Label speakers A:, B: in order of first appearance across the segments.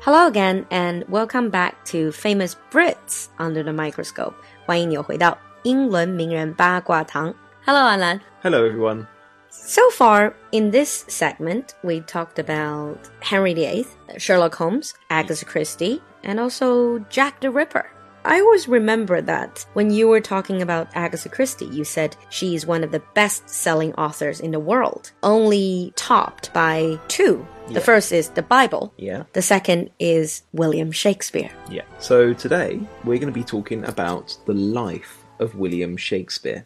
A: Hello again and welcome back to Famous Brits Under the Microscope. 欢迎你又回到英伦名人八卦堂。Hello, Alan.
B: Hello, everyone.
A: So far in this segment, we talked about Henry VIII, Sherlock Holmes, Agatha Christie, and also Jack the Ripper. I always remember that when you were talking about Agatha Christie, you said she is one of the best selling authors in the world, only topped by two. The
B: Yeah.
A: first is the Bible.
B: Yeah.
A: The second is William Shakespeare.
B: Yeah. So today we're going to be talking about the life of William Shakespeare.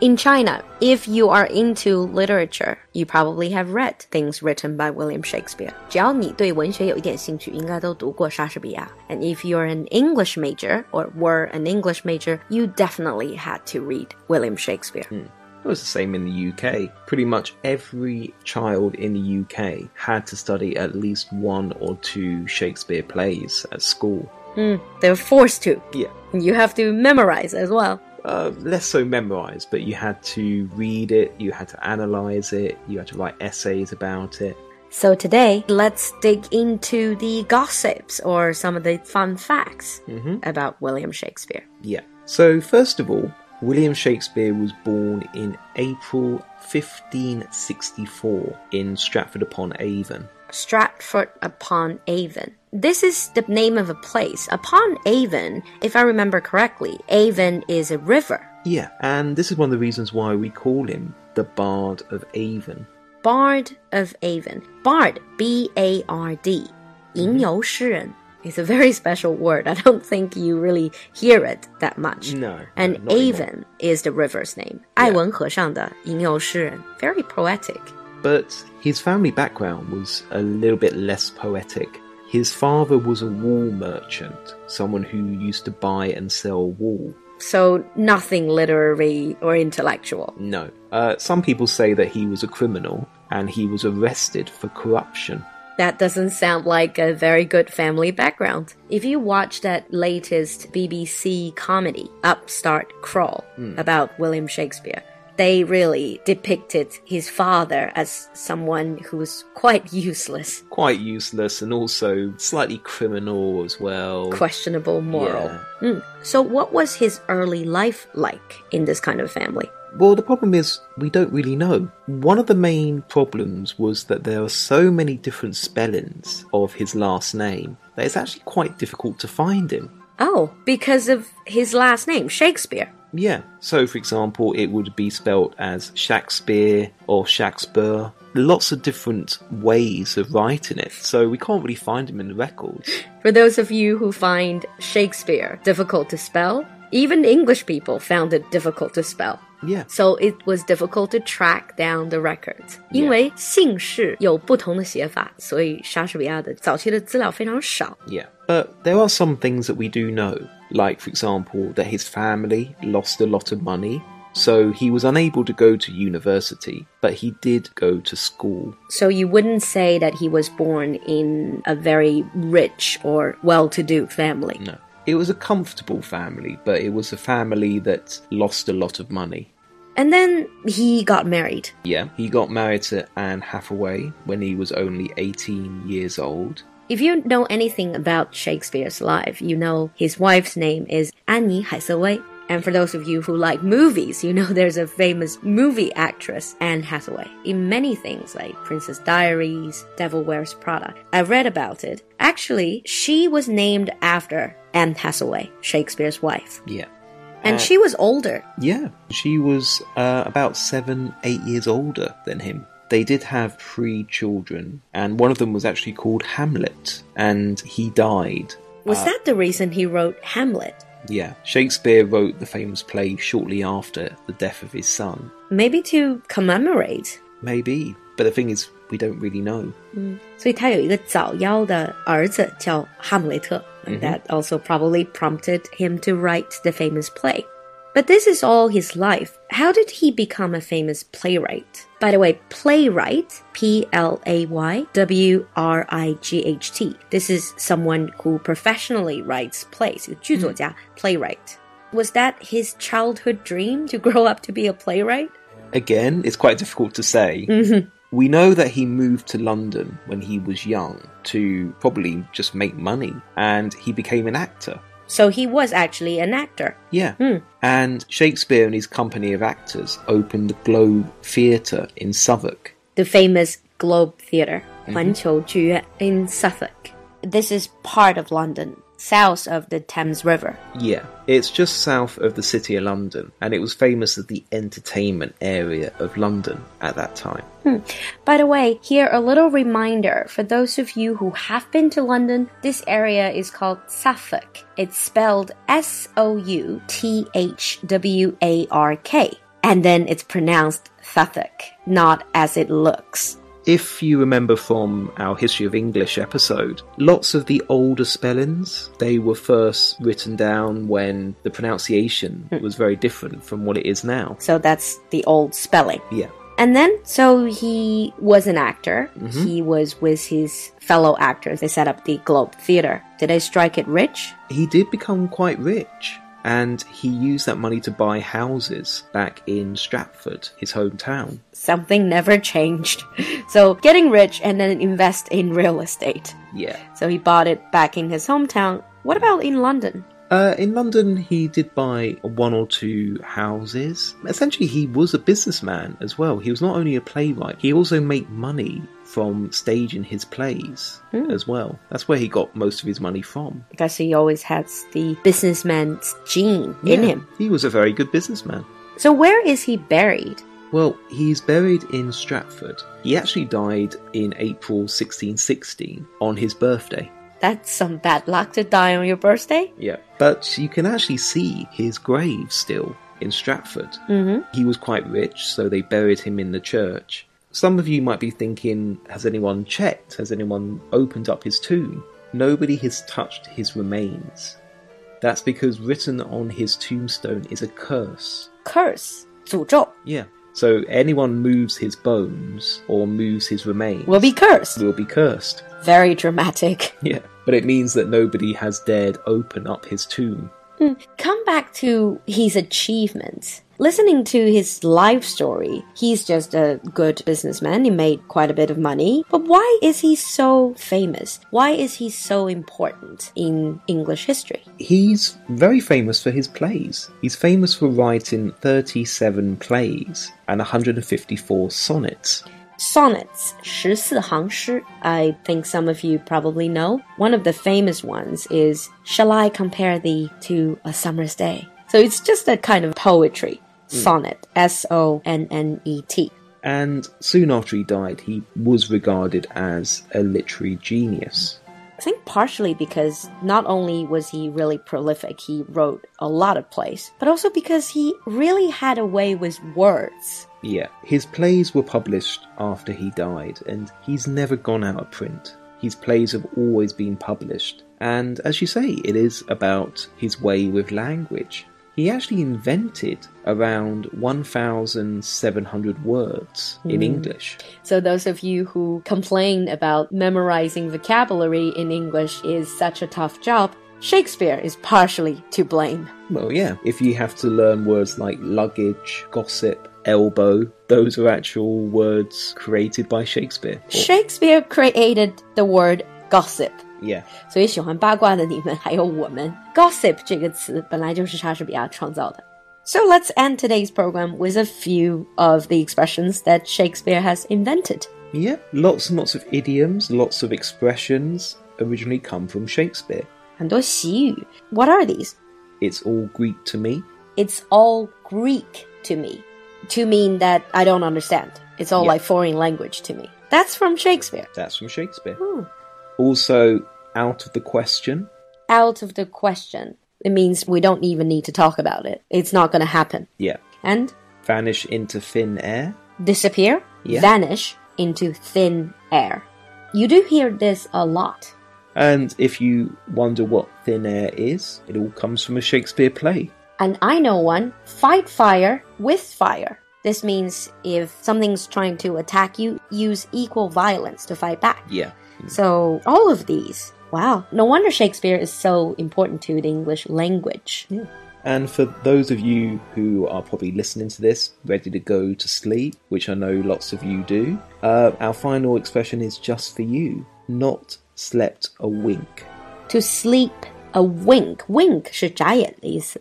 A: In China, if you are into literature, you probably have read things written by William Shakespeare. 只要你对文学有一点兴趣，应该都读过莎士比亚。And if you're an English major or were an English major, you definitely had to read William Shakespeare.
B: It was the same in the UK. Pretty much every child in the UK had to study at least one or two Shakespeare plays at school.
A: They're forced to.
B: Yeah.
A: You have to memorize as well.
B: Uh, less so memorized, but you had to read it, you had to analyze it, you had to write essays about it.
A: So today, let's dig into the gossips or some of the fun facts about William Shakespeare.
B: Yeah. So, first of all, William Shakespeare was born in April 1564 in Stratford upon Avon.
A: Stratford upon Avon. This is the name of a place. Upon Avon, if I remember correctly, Avon is a river.
B: Yeah, and this is one of the reasons why we call him the Bard of Avon.
A: Bard of Avon. Bard, B A R D.
B: Mm-hmm.
A: 吟游诗人 is a very special word. I don't think you really hear it that much.
B: No,
A: And
B: no, not anymore.
A: Avon is the river's name.
B: Yeah.
A: 爱文和尚的吟游诗人. Very poetic.
B: But his family background was a little bit less poetic. His father was a wool merchant, someone who used to buy and sell wool.
A: So nothing literary or intellectual.
B: No. Uh, some people say that he was a criminal and he was arrested for corruption.
A: That doesn't sound like a very good family background. If you watch that latest BBC comedy, Upstart Crawl, about William Shakespeare, they really depicted his father as someone who's quite useless,
B: quite useless and also slightly criminal as well.
A: questionable moral. Mm. So, what was his early life like in this kind of family?
B: Well, the problem is we don't really know. One of the main problems was that there are so many different spellings of his last name that it's actually quite difficult to find him.
A: Oh, because of his last name, Shakespeare.
B: Yeah. So, for example, it would be spelt as Shakespeare or Shakespeare. Lots of different ways of writing it, so we can't really find him in the records.
A: For those of you who find Shakespeare difficult to spell, even English people found it difficult to spell.
B: Yeah.
A: So it was difficult to track down the records.
B: Yeah.
A: 因为姓氏有不同的写法，所以莎士比亚的早期的资料非常少。
B: Yeah. But there are some things that we do know, like, for example, that his family lost a lot of money, so he was unable to go to university, but he did go to school.
A: So you wouldn't say that he was born in a very rich or well-to-do family.
B: No. It was a comfortable family, but it was a family that lost a lot of money.
A: And then he got married.
B: Yeah, he got married to Anne Hathaway when he was only 18 years old.
A: If you know anything about Shakespeare's life, you know his wife's name is Annie Hathaway. And for those of you who like movies, you know there's a famous movie actress, Anne Hathaway, in many things like Princess Diaries, Devil Wears Prada. I read about it. Actually, she was named after Anne Hathaway, Shakespeare's wife.
B: Yeah.
A: And
B: Uh,
A: she was older.
B: Yeah, she was uh, about seven, eight years older than him. They did have three children, and one of them was actually called Hamlet, and he died.
A: Was that the reason he wrote Hamlet?
B: Yeah, Shakespeare wrote the famous play shortly after the death of his son.
A: Maybe to commemorate.
B: Maybe, but the thing is, we don't really know.
A: 所以他有一个早夭的儿子叫哈姆雷特。That also probably prompted him to write the famous play. But this is all his life. How did he become a famous playwright? By the way, playwright, P L A Y W R I G H T. This is someone who professionally writes plays, 剧作家, playwright. Was that his childhood dream to grow up to be a playwright?
B: Again, it's quite difficult to say. We know that he moved to London when he was young to probably just make money, and he became an actor.
A: So he was actually an actor.
B: Yeah. And Shakespeare and his company of actors opened the Globe Theatre in Southwark.
A: the famous Globe Theatre, 环球剧院 in Suffolk. This is part of London, south of the Thames River.
B: Yeah. It's just south of the City of London, and it was famous as the entertainment area of London at that time.
A: By the way, here a little reminder for those of you who have been to London, this area is called Suffolk. It's spelled S O U T H W A R K, and then it's pronounced Suffolk, not as it looks.
B: If you remember from our History of English episode, lots of the older spellings, they were first written down when the pronunciation was very different from what it is now.
A: So that's the old spelling.
B: Yeah.
A: And then, so he was an actor. He was with his fellow actors. They set up the Globe Theater. Did I strike it rich?
B: He did become quite rich, and he used that money to buy houses back in Stratford, his hometown.
A: Something never changed. So getting rich and then invest in real estate.
B: Yeah.
A: So he bought it back in his hometown. What about in London?
B: Uh, in London, he did buy one or two houses. Essentially, he was a businessman as well. He was not only a playwright, he also made money from staging his plays
A: Hmm.
B: as well. That's where he got most of his money from.
A: Because he always has the businessman's gene in
B: Yeah,
A: him.
B: He was a very good businessman.
A: So where is he buried?
B: Well, he's buried in Stratford. He actually died in April 1616 on his birthday.
A: That's some bad luck to die on your birthday.
B: Yeah. But you can actually see his grave still in Stratford.
A: Mm-hmm.
B: He was quite rich, so they buried him in the church. Some of you might be thinking, has anyone checked? Has anyone opened up his tomb? Nobody has touched his remains. That's because written on his tombstone is a curse.
A: Curse. 诅咒
B: Yeah. So anyone moves his bones or moves his remains
A: will be cursed.
B: will be cursed.
A: Very dramatic.
B: Yeah. But it means that nobody has dared open up his tomb.
A: Come back to his achievements. Listening to his life story, he's just a good businessman. He made quite a bit of money. But why is he so famous? Why is he so important in English history?
B: He's very famous for his plays. He's famous for writing 37 plays and 154 sonnets.
A: Sonnets, 十四行诗, I think some of you probably know. One of the famous ones is Shall I compare thee to a summer's day? So it's just a kind of poetry. Sonnet, S O N N E T.
B: And soon after he died, he was regarded as a literary genius.
A: I think partially because not only was he really prolific, he wrote a lot of plays, but also because he really had a way with words.
B: Yeah, his plays were published after he died, and he's never gone out of print. His plays have always been published, and as you say, it is about his way with language. He actually invented around 1,700 words in English.
A: So those of you who complain about memorizing vocabulary in English is such a tough job, Shakespeare is partially to blame.
B: Well, yeah, if you have to learn words like luggage, gossip, elbow, those are actual words created by Shakespeare. Or-
A: Shakespeare created the word gossip.
B: yeah.
A: 所以喜欢八卦的你们，还有我们，gossip 这个词本来就是莎士比亚创造的。So let's end today's program with a few of the expressions that Shakespeare has invented.
B: Yeah, lots and lots of idioms, lots of expressions originally come from Shakespeare.
A: 很多习语，What are these?
B: It's all Greek to me.
A: It's all Greek to me, to mean that I don't understand. It's all
B: Yeah.
A: like foreign language to me. That's from Shakespeare.
B: That's from Shakespeare.
A: Hmm.
B: Also, out of the question.
A: Out of the question. It means we don't even need to talk about it. It's not going to happen.
B: Yeah.
A: And
B: Vanish into thin air.
A: disappear,
B: Yeah.
A: vanish into thin air. You do hear this a lot.
B: And if you wonder what thin air is, it all comes from a Shakespeare play.
A: And I know one fight fire with fire. This means if something's trying to attack you, use equal violence to fight back.
B: Yeah.
A: So, all of these. Wow. No wonder Shakespeare is so important to the English language.
B: And for those of you who are probably listening to this, ready to go to sleep, which I know lots of you do, uh, our final expression is just for you, not slept a wink.
A: To sleep a wink. Wink 是眨眼的意思.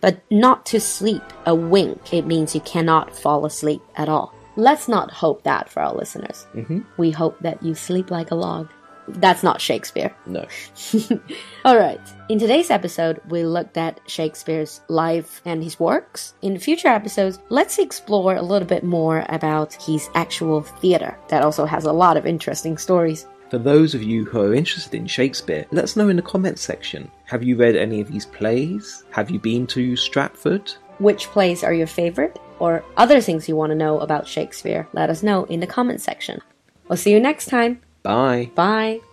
A: But not to sleep a wink. It means you cannot fall asleep at all. Let's not hope that for our listeners.
B: Mhm.
A: We hope that you sleep like a log. That's not Shakespeare.
B: No.
A: All right. In today's episode, we looked at Shakespeare's life and his works. In future episodes, let's explore a little bit more about his actual theater that also has a lot of interesting stories.
B: For those of you who are interested in Shakespeare, let us know in the comments section. Have you read any of these plays? Have you been to Stratford?
A: Which plays are your favorite or other things you want to know about Shakespeare? Let us know in the comment section. We'll see you next time.
B: Bye.
A: Bye.